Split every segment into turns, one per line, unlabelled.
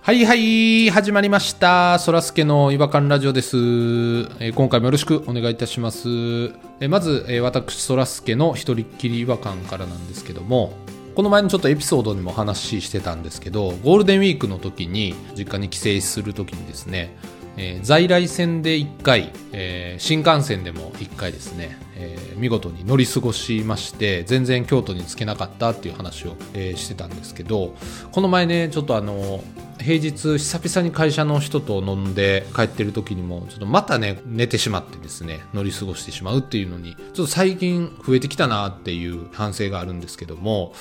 はいはい、始まりました。そらすけの違和感ラジオです、えー今回もよろしくお願いいたします。えーまず、えー私、そらすけの一人っきり違和感からなんですけども、この前のちょっとエピソードにも話してたんですけど、ゴールデンウィークの時に、実家に帰省する時にですね、えー在来線で1回、えー新幹線でも1回ですね、えー見事に乗り過ごしまして全然京都に着けなかったっていう話を、えーしてたんですけどこの前ねちょっとあの平日久々に会社の人と飲んで帰ってる時にもちょっとまたね寝てしまってですね乗り過ごしてしまうっていうのにちょっと最近増えてきたなっていう反省があるんですけども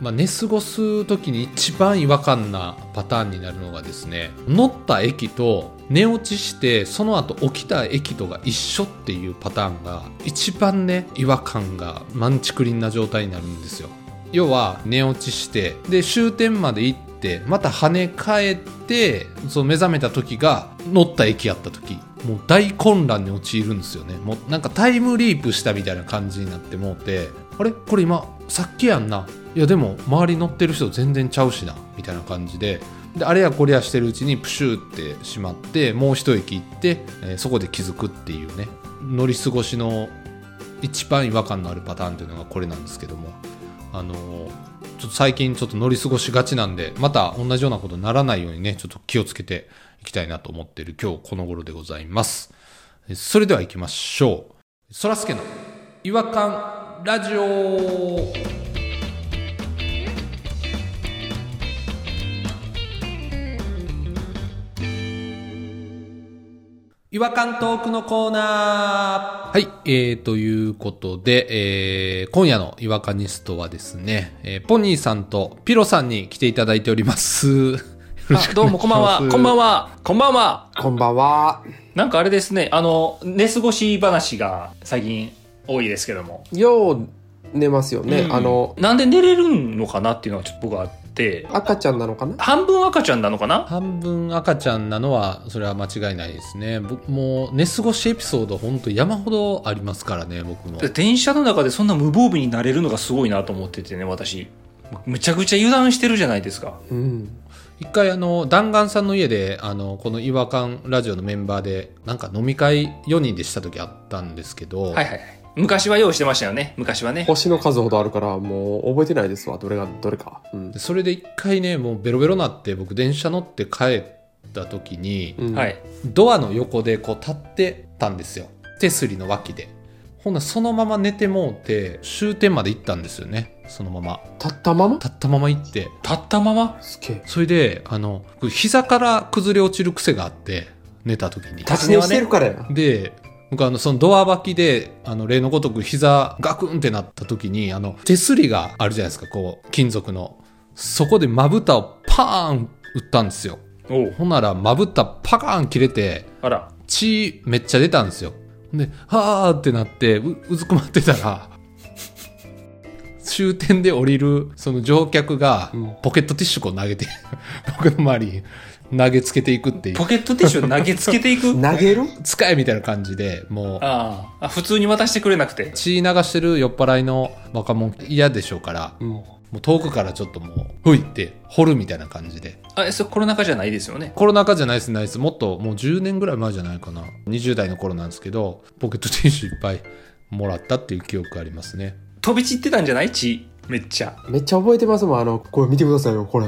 まあ、寝過ごす時に一番違和感なパターンになるのがですね乗った駅と寝落ちしてその後起きた駅とが一緒っていうパターンが一番ね違和感が満竹林な状態になるんですよ要は寝落ちしてで終点まで行ってまた跳ね返ってそう目覚めた時が乗った駅やった時もう大混乱に陥るんですよねもうなんかタイムリープしたみたいな感じになってもうてあれこれ今さっきやんないやでも周り乗ってる人全然ちゃうしなみたいな感じでであれやこれやしてるうちにプシューってしまってもう一駅行って、えーそこで気づくっていうね乗り過ごしの一番違和感のあるパターンというのがこれなんですけどもあのーちょっと最近ちょっと乗り過ごしがちなんでまた同じようなことにならないようにねちょっと気をつけていきたいなと思ってる今日この頃でございますえそれでは行きましょうそらすけの違和感ラジオ違和感トークのコーナーはい、えー、ということで、えー、今夜の違和感ニストはですね、えーポニーさんとピロさんに来ていただいております。
あどうもこんばんは。こんばんは。こんばんは。
こんばんは。
なんかあれですね、あの、寝過ごし話が最近多いですけども。
よう寝ますよね。
うん
あの、
なんで寝れるのかなっていうのがちょっと僕はあって、
赤ちゃんなのかな
半分赤ちゃんなのかな
半分赤ちゃんなのは、それは間違いないですね。僕もう寝過ごしエピソードほんと山ほどありますからね、僕も。
電車の中でそんな無防備になれるのがすごいなと思っててね、私。むちゃくちゃ油断してるじゃないですか。
うん。
一回あの、弾丸さんの家で、あの、この違和感ラジオのメンバーで、なんか飲み会4人でした時あったんですけど、
はいはいはい。昔は用意してましたよね。昔はね。
星の数ほどあるから、もう覚えてないですわ。どれが、どれか。うん
で。それで一回ねもうベロベロなって僕電車乗って帰った時に、
うん
は。い。
ドアの横でこう立ってたんですよ手すりの脇でほんならそのまま寝てもうて終点まで行ったんですよねそのまま
立ったまま
立ったまま行って
立ったまます
げえ。
それであの僕膝から崩れ落ちる癖があって寝た時に
立ち寝してるからや。
で僕あのそのドア脇であの例のごとく膝ガクンってなった時にあの手すりがあるじゃないですかこう金属のそこでまぶたをパーン打ったんですよ
おう
ほんならまぶたパカーン切れて
あら。
血めっちゃ出たんですよで「はーってなってううずくまってたら終点で降りるその乗客が
うん
ポケットティッシュこう投げて 僕の周りに投げつけていくっていう
ポケットティッシュを投げつけてい く
投げる
使えみたいな感じでもう
ああ。あ普通に渡してくれなくて。
血流してる酔っ払いの若者嫌でしょうから、
うん。
もう遠くからちょっともう、ふいって掘るみたいな感じで。
あ、えそれコロナ禍じゃないですよね。
コロナ禍じゃないです、ないです。もっともう10年ぐらい前じゃないかな。20代の頃なんですけど、ポケットティッシュいっぱいもらったっていう記憶ありますね。
飛び散ってたんじゃない血。めっちゃ。
めっちゃ覚えてますもん。あの、これ見てくださいよ。これ。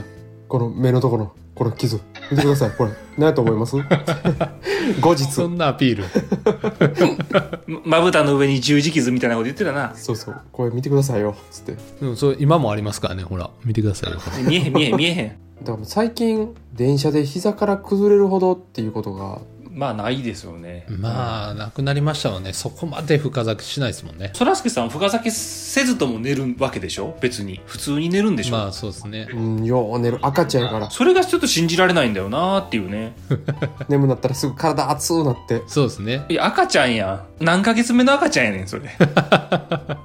この目のところ。この傷。見てください。これ。何やと思います 後日。
そんなアピール。
ままぶたの上に十字傷みたいなこと言ってたな。
そうそう。これ見てくださいよ。つって。
でもそれ今もありますからね、ほら。見てくださいよ。これ
見えへん、見えへん、見えへん。
だからもう最近、電車で膝から崩れるほどっていうことが、
まあ、ないですよね。あ。
まあ、なくなりましたわね。そこまで深酒しないですもんね。
そらすけさん、深酒せずとも寝るわけでしょ別に。普通に寝るんでしょ、
まあ、そうですね。
うん、よう寝る。赤ちゃんやから。
それがちょっと信じられないんだよなっていうね。
眠なったらすぐ体熱うなって
そうですね。
いや、赤ちゃんやん。何ヶ月目の赤ちゃんやねん、それ。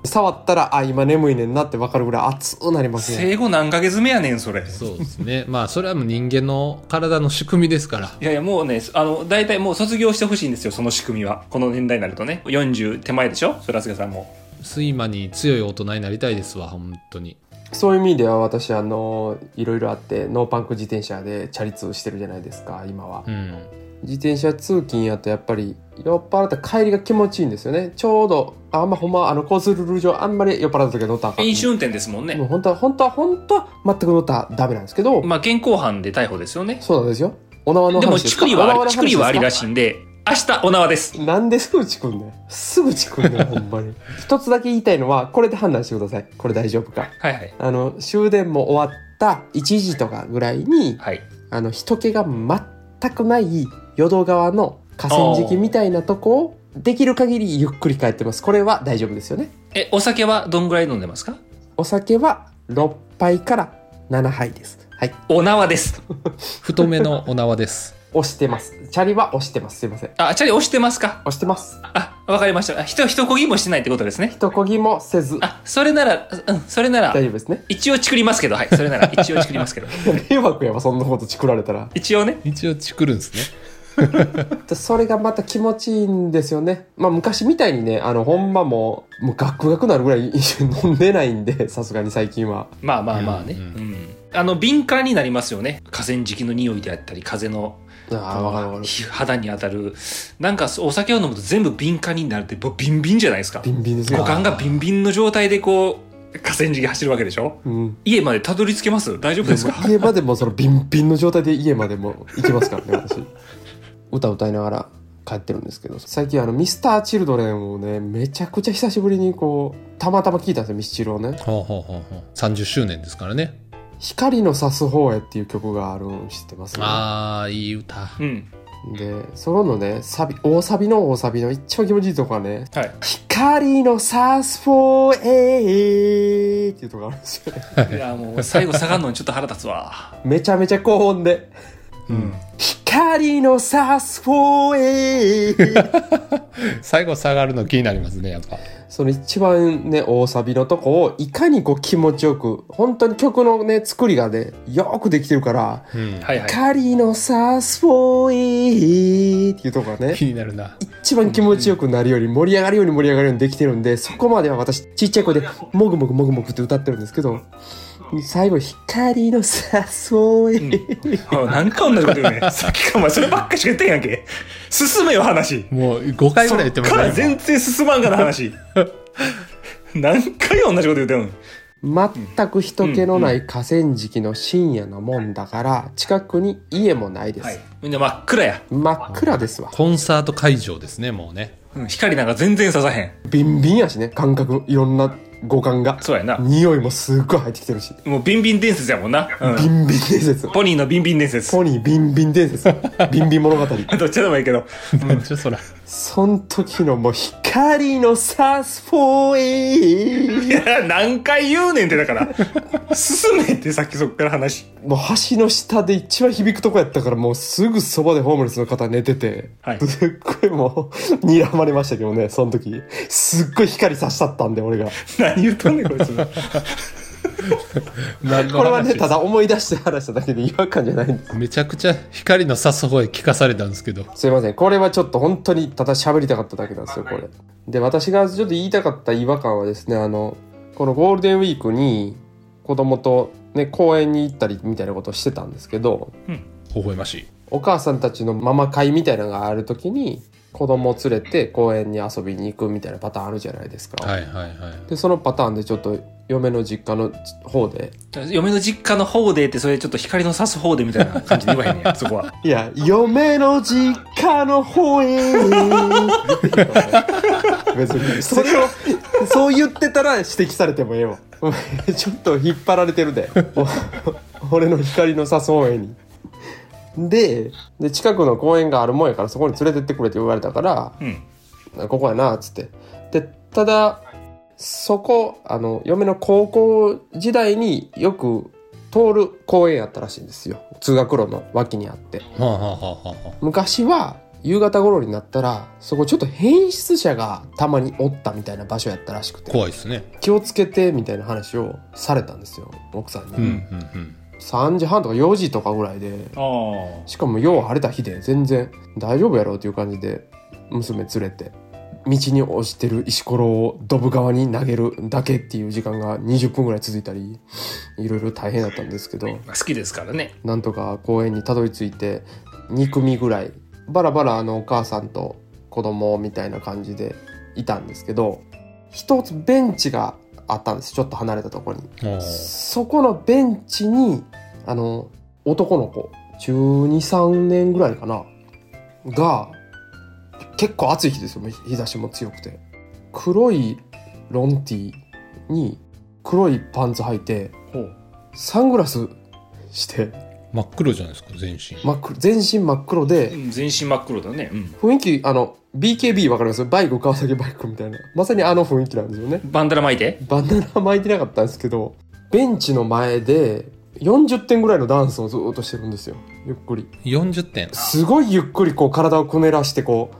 触ったらあ今眠いねんなって分かるぐらい熱うなりますね
生後何ヶ月目やねん、それ。
そうですね。まあ、それはもう人間の体の仕組みですから。
いやいや、もうね、あの、大体もう卒業してほしいんですよ、その仕組みは。この年代になるとね。40手前でしょそらすけさんも。
睡魔に強い大人になりたいですわ、本当に。
そういう意味では私あのいろいろあってノーパンク自転車でチャリ通してるじゃないですか今は、
うん
自転車通勤やとやっぱり酔っ払った帰りが気持ちいいんですよねちょうどあんまほんまあの交通ルール上あんまり酔っ払った時は乗ったらあかん
飲酒運転ですもんね
もう本当は本当は本当は全く乗ったらダメなんですけど、
まあ現行犯で逮捕ですよね
そうなんですよお縄の
でも
話で
ち
すか
くり
お縄
は
の話
ちくりはありら
い
しいんで明日お縄です
なんですぐチクんだよすぐチクんだよほんまに一つだけ言いたいのはこれで判断してくださいこれ大丈夫か
はいはい
あの終電も終わった1時とかぐらいに
はい
あの人気が全くない淀川の河川敷みたいなとこをできる限りゆっくり帰ってますこれは大丈夫ですよね
えお酒はどんぐらい飲んでますか
お酒は6杯から7杯ですはい
お縄です
太めのお縄です
押してますチャリは押してますすいません
あチャリ押してますか
押してます
あわかりましたあひとひとこぎもしてないってことですね
一こぎも せず
あそれならうんそれなら
大丈夫ですね
一応チクりますけどはいそれなら一応チクります けど
迷惑やわそんなことチクられたら
一応ね
一応チクるんですね
でそれがまた気持ちいいんですよねまあ昔みたいにねあのほんまもうもうガクガクなるぐらい 飲んでないんでさすがに最近は
まあまあまあね、
う
うんん
うん
あの敏感になりますよね河川敷の匂いであったり風の
ああわかるわかる
皮肌に当たるなんかお酒を飲むと全部敏感になるって僕ビンビンじゃないですか
ビンビンですね
股間がビンビンの状態でこう河川敷走るわけでしょ
うん
家までたどり着けます大丈夫ですか
家までもそのビンビンの状態で家までも 行きますからね私歌歌いながら帰ってるんですけど最近あのミスターチルドレンをねめちゃくちゃ久しぶりにこうたまたま聞いたんですよミスチルをね
ほうほうほうほう30周年ですからね
「光の差す方へ」っていう曲があるの知ってます
あーいい歌
うん
でそこのねサビ大サビの大サビの一番気持ちいいとこはね
はい
「光の差す方へ」っていうとこがあるんですよね
いやもう最後下がるのにちょっと腹立つわ
めちゃめちゃ高音で
うん
「光の差す方へ」
最後下がるの気になりますねやっぱ
その一番ね大サビのとこをいかにこう気持ちよく本当に曲のね作りがねよくできてるから
うん、
はい
「
はい
狩りのサスポイ」っていうとこがね
気になるな
一番気持ちよくなるように盛り上がるように盛り上がるようにできてるんでそこまでは私ちっちゃい声で「もぐもぐもぐもぐ」って歌ってるんですけど最後「光のサスポイ」
あなんか同じこと言うねさっきからお前そればっかしか言ってんやんけ進めよ話
もう5回ぐらい言ってます
そっから
ね
全然進まんから話何回同じこと言うてんの
全く人気のない河川敷の深夜なもんだから近くに家もないです、
はいみんな真っ暗や、
真っ暗ですわ
コンサート会場ですねもうね
うん、光なんか全然ささへん
ビンビンやしね感覚いろんな五感が
そうやな
匂いもすっごい入ってきてるし
もうビンビン伝説やもんな、うん
ビンビン伝説
ポニーのビンビン伝説
ポニービンビン伝説ビンビン物語
どっちでもいいけど
何じゃそら
そん時のもう光のサスポ
い
イ
や 何回言うねんってだから進めってさっきそっから話
もう橋の下で一番響くとこやったからもうすぐそばでホームレスの方寝てて、
はい
すっごいもう睨まれましたけどねその時すっごい光さしちゃったんで俺が
何言うとんねんこいつ
何の
これは
話で
ね
す
ただ思い出して話しただけで違和感じゃないんです
めちゃくちゃ光の差す方へ聞かされたんですけど
すいません。これはちょっと本当にただ喋りたかっただけなんですよ、これ。で、私がちょっと言いたかった違和感はですね、あの、このゴールデンウィークに子供とね、公園に行ったりみたいなことをしてたんですけど、
微笑ましい
お母さんたちのママ会みたいなのがある時に、子供を連れて公園に遊びに行くみたいなパターンあるじゃないですか。
はいはいはい
で、そのパターンでちょっと嫁の実家の方で、
嫁の実家の方でってそれちょっと光の差す方でみたいな感じで言わへんねん そこはい
や、嫁の実家の方へ。 別に、それを、そう言ってたら指摘されてもええわ。 お前ちょっと引っ張られてるで。お 俺の光の誘う絵に。でで、近くの公園があるもんやから、そこに連れてってくれって言われたから、
うん
ここやなっつってでただそこあの嫁の高校時代によく通る公園やったらしいんですよ通学路の脇にあって
はあはあはあはあ
昔は夕方頃になったらそこちょっと変質者がたまにおったみたいな場所やったらしくて
怖いですね
気をつけてみたいな話をされたんですよ奥さんに、
うんうん
3時半とか4時とかぐらいで
ああ
しかもよう晴れた日で全然大丈夫やろうっていう感じで娘連れて道に落ちてる石ころをドブ側に投げるだけっていう時間が20分ぐらい続いたりいろいろ大変だったんですけど
好きですからね。
なんとか公園にたどり着いて2組ぐらいバラバラあのお母さんと子供みたいな感じでいたんですけど一つベンチがあったんですちょっと離れたところに
おー
そこのベンチにあの男の子中23年ぐらいかなが結構暑い日ですよ日差しも強くて黒いロンティーに黒いパンツ履いて
ほう。
サングラスして
真っ黒じゃないですか全身
真っ黒全身真っ黒で
全身真っ黒だね。うん。
雰囲気あの BKB わかりますバイク川崎バイクみたいなまさにあの雰囲気なんですよね
バンダラ巻いて
バナナ巻いてなかったんですけどベンチの前で40点ぐらいのダンスをずっとしてるんですよゆっくり
40点
すごいゆっくりこう体をこねらしてこう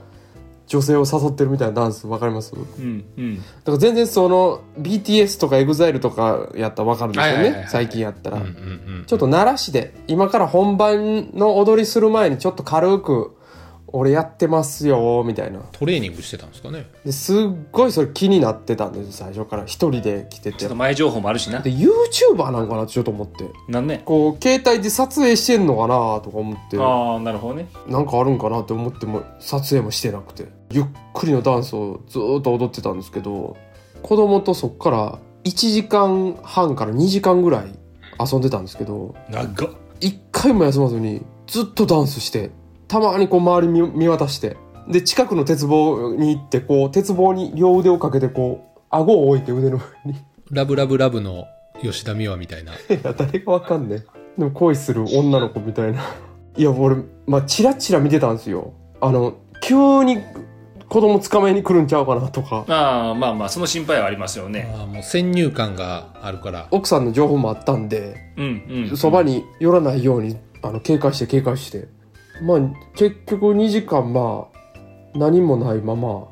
女性を誘ってるみたいなダンスわかりますだか
うん。うん。
ら全然その BTS とか EXILE とかやったらわかるんですよ
はいはいはい
ね
はい
最近やったら、
うんうんうん
ちょっと奈良市で、今から本番の踊りする前にちょっと軽く、俺やってますよ、みたいな。
トレーニングしてたんですかね
ですっごいそれ気になってたんです、最初から。一人で来て
ちょ
て
っと。前情報もあるしな
で、。YouTuber なんかなってちょっと思って。
なんね。
こう、携帯で撮影してんのかなとか思って、
ああ、なるほどね。
なんかあるんかなって思っても、撮影もしてなくて。ゆっくりのダンスをずーっと踊ってたんですけど、子供とそっから1時間半から2時間ぐらい遊んでたんですけど、
長っ。
一回も休まずにずっとダンスしてたまにこう周り見見渡してで近くの鉄棒に行ってこう鉄棒に両腕をかけてこう顎を置いて腕の上に
ラブラブラブの吉田美和みたいない
や誰がわかんねえでも恋する女の子みたいない や俺まあチラチラ見てたんですよあの急に子供つかめに来るんちゃうかなとか
ああ、まあまあ、その心配はありますよね。
ああもう先入観があるから
奥さんの情報もあったんで
うんうん。
そばに寄らないようにあの警戒して警戒してまあ結局2時間まあ何もないまま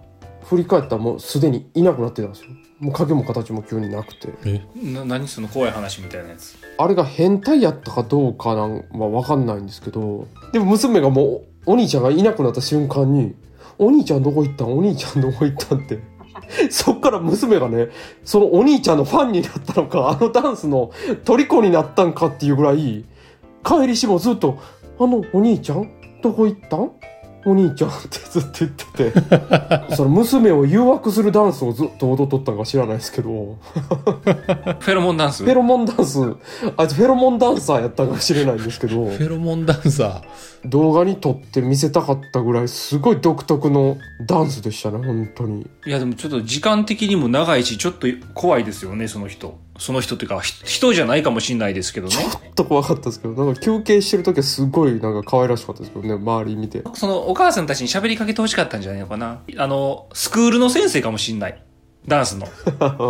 振り返ったらもうすでにいなくなってたんですよもう影も形も急になくて
え
な何その怖い話みたいなやつ。
あれが変態やったかどうかなんは分かんないんですけどでも娘がもうお兄ちゃんがいなくなった瞬間に「お兄ちゃんどこ行ったんお兄ちゃんどこ行ったん」って そっから娘がねそのお兄ちゃんのファンになったのかあのダンスの虜になったんかっていうぐらい帰りしもずっと「あのお兄ちゃんどこ行ったん?」お兄ちゃんってずっと言っててその娘を誘惑するダンスをずっと踊っとったんか知らないですけど
フェロモンダンス
フェロモンダンス、あいつフェロモンダンサーやったかもしれないんですけど
フ、ェロモンダンサ
動画に撮って見せたかったぐらい、すごい独特のダンスでしたね、本当に。
いやでもちょっと時間的にも長いし、ちょっと怖いですよね、その人。その人っていうか、ひ人じゃないかもしれないですけどね。
ちょっと怖かったですけど、なんか休憩してる時はすごいなんか可愛らしかったですけどね、周り 見て。
そのお母さんたちに喋りかけてほしかったんじゃないのかな。あの、スクールの先生かもしれない。ダンスの。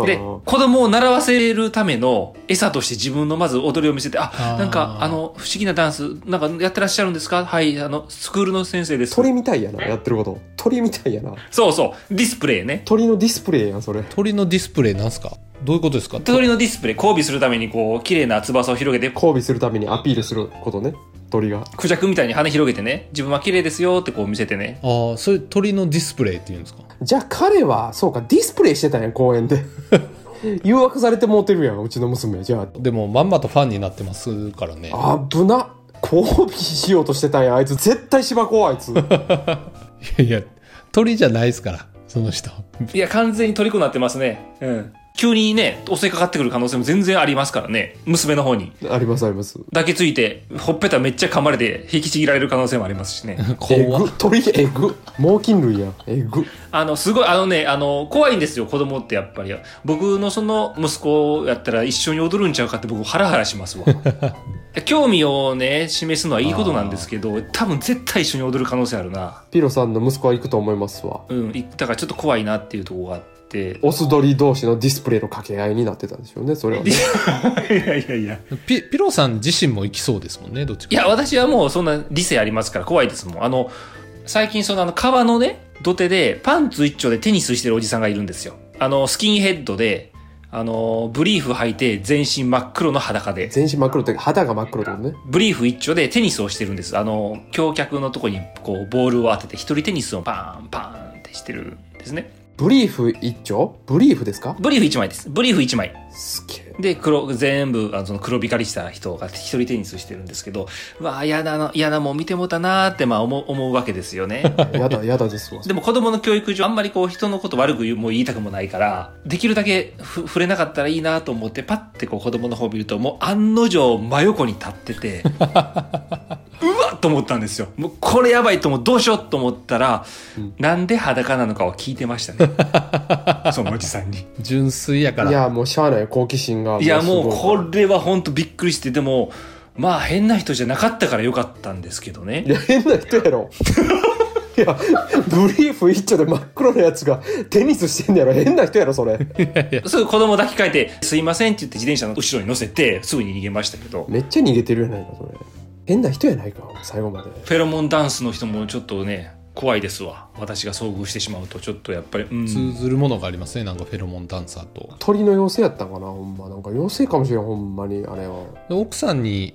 で、子供を習わせるための餌として自分のまず踊りを見せて、あ、
あー
なんかあの、不思議なダンス、なんかやってらっしゃるんですかはい、あの、スクールの先生です。
鳥みたいやな、やってること。鳥みたいやな。
そうそう、ディスプレイね。
鳥のディスプレイやん、それ。
ー鳥のディスプレイなんすかどういうことですか
鳥のディスプレイ、交尾するためにこう、綺麗な翼を広げて、
交尾するためにアピールすることね、鳥が。
クジャクみたいに羽広げてね、自分は綺麗ですよってこう見せてね。
ああそれ鳥のディスプレイって言うんですか
じゃあ彼は、そうか、ディスプレイしてたんや、公園 で。誘惑されてもうてるやん、うちの娘。じゃあ、
でもまんまとファンになってますからね
危なっ交尾しようとしてたんやあいつ絶対芝子あいつ
いやいや鳥じゃないですからその人
いや、完全に虜になってますね。うん。急にね、襲いかかってくる可能性も全然ありますからね。娘の方に。
ありますあります
抱きついて、ほっぺためっちゃ噛まれて、引きちぎられる可能性もありますし ね。
え
怖
ぐ
っ
鳥えぐ猛禽類やんえぐ
あの、すごい、あのね、あの、怖いんですよ、子供ってやっぱり。僕のその息子やったら一緒に踊るんちゃうかって僕ハラハラし ますわ。興味をね、示すのはいいことなんですけど、多分絶対一緒に踊る可能性あるな。
ピロさんの息子は行くと思いますわ
うん、だからちょっと怖いなっていうところがあって。
オス鳥同士のディスプレイの掛け合いになってたんでしょうねそれはね
いやいやいや。
ピピロさん自身も行きそうですもんねどっちか
いや、私はもうそんな理性ありますから怖いですもん。あの、最近そのあの川のね、土手でパンツ一丁でテニスしてるおじさんがいるんですよ。あの、スキンヘッドで、あの、ブリーフ履いて全身真っ黒の裸で、
全身真っ黒って肌が真っ黒ってことね
ブリーフ一丁でテニスをしてるんです。あの、橋脚のとこにこうボールを当てて一人テニスをパーンパーンってしてるんですね。
ブリーフ一丁ブリーフですか
ブリーフ1枚です。ブリーフ1枚。
すげえ。
で、黒、全部、あの、その黒光りした人が一人テニスしてるんですけど、うわあ、嫌だな、嫌なもん見てもうたなーって、まあ、思う、思うわけですよね。
やだ、やだですわ。
でも子供の教育上、あんまりこう、人のこと悪く言う、もう言いたくもないから、できるだけふ触れなかったらいいなと思って、パッてこう、子供の方を見ると、もう案の定、真横に立って て、うわっと思ったんですよ。もう、これやばいと思う、どうしようと思ったら、
うん
なんで裸なのかを聞いてましたね。 そのおじさんに。
純粋やから
いや、もうしゃあない、好奇心が。
いやもう
すご
これは本当びっくりしてでもまあ変な人じゃなかったからよかったんですけど
い。い
ね
や、変な人やろ。いや、ブリーフ一丁で真っ黒なやつがテニスしてんのやろ。変な人やろ、それ。
すぐ子供抱きかえて「すいません」って言って自転車の後ろに乗せてすぐに逃げましたけど
めっちゃ逃げてるやないか、それ。変な人やないか、最後まで。
フェロモンダンスの人もちょっとね怖いですわ私が遭遇してしまうとちょっとやっぱりうん
通ずるものがありますねなんかフェロモンダンサーと
鳥の妖精やったんかな、ほんま。なんか妖精かもしれん、ほんまに、あれは。
で奥さんに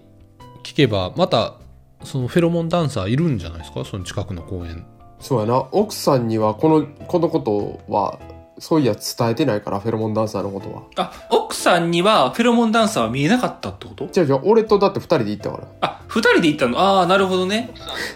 聞けばまたそのフェロモンダンサーいるんじゃないですかその近くの公園
そうやな、奥さんにはこの、このことは、そういや伝えてないから、フェロモンダンサーのことは。
あ奥さんにはフェロモンダンサーは見えなかったってこと
違う違う、俺とだって二人で行ったから。
あ二人で行ったのああなるほどね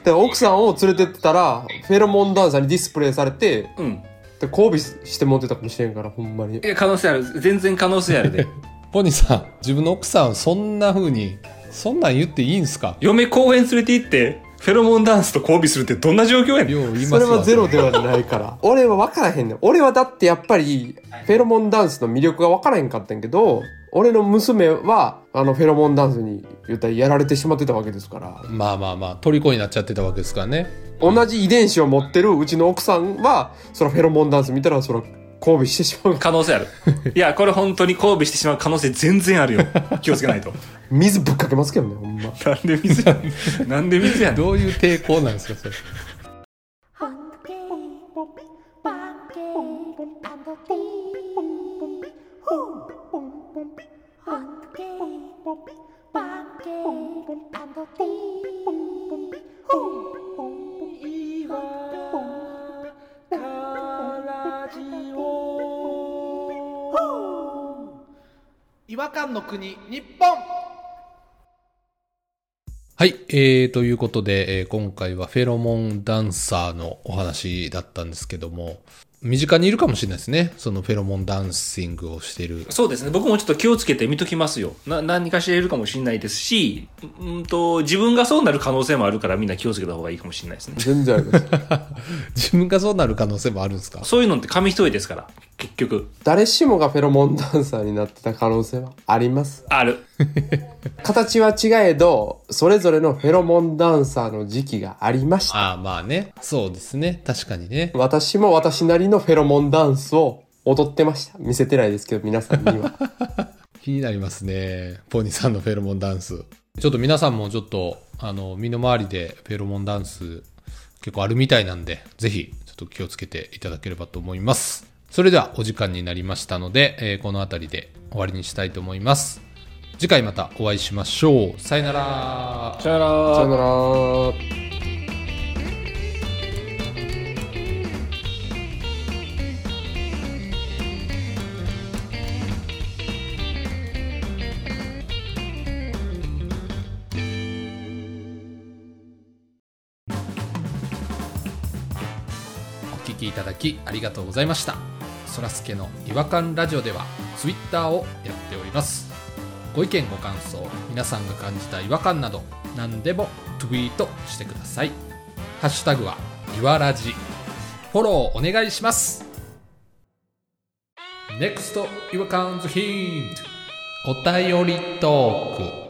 で奥さんを連れてったらフェロモンダンサーにディスプレイされて
うん
で交尾して持ってたかもしれんからほんまに
いや可能性ある全然可能性あるで
ポニーさん自分の奥さんそんな風にそんなん言っていいんすか
嫁公園連れて行ってフェロモンダンスと交尾するってどんな状況やねん
よう言います
そ
わ
れはゼロではないから 俺は分からへんねん俺はだってやっぱりフェロモンダンスの魅力が分からへんかったんやけど俺の娘はあのフェロモンダンスに言ったらやられてしまってたわけですから
まあまあまあ虜になっちゃってたわけですからね
同じ遺伝子を持ってるうちの奥さんはそのフェロモンダンス見たらその交尾してしまう
可能性ある。 いや、これ本当に交尾してしまう可能性全然あるよ。気をつけないと。
水ぶっかけますけどねほんま
なんで水やねん。なんで水やねん。
どういう抵抗なんですかそれ
Hunky,
違和感の国日本
はい、えー、ということで、えー今回はフェロモンダンサーのお話だったんですけども身近にいるかもしれないですねそのフェロモンダンシングをしてる
そうですね。僕もちょっと気をつけて見ときますよ。な、何かしらいるかもしれないですし、うんと、自分がそうなる可能性もあるからみんな気をつけた方がいいかもしれないですね。
全然あります
自分がそうなる可能性もあるんですか
そういうのって紙一重ですから、結局。
誰しもがフェロモンダンサーになってた可能性はあります
ある。
形は違えどそれぞれのフェロモンダンサーの時期がありました
ああまあねそうですね確かにね
私も私なりのフェロモンダンスを踊ってました見せてないですけど皆さんには
気になりますねポニーさんのフェロモンダンスちょっと皆さんもちょっとあの身の回りでフェロモンダンス結構あるみたいなんでぜひちょっと気をつけていただければと思いますそれではお時間になりましたので、えーこの辺りで終わりにしたいと思います次回またお会いしましょうさよなら
さよなら
さよなら
お聞きいただきありがとうございましたそらすけの違和感ラジオではツイッターをやっておりますご意見ご感想皆さんが感じた違和感など何でもツイートしてくださいハッシュタグはいわらじフォローお願いします NEXT 違和感ズヒントお便りトーク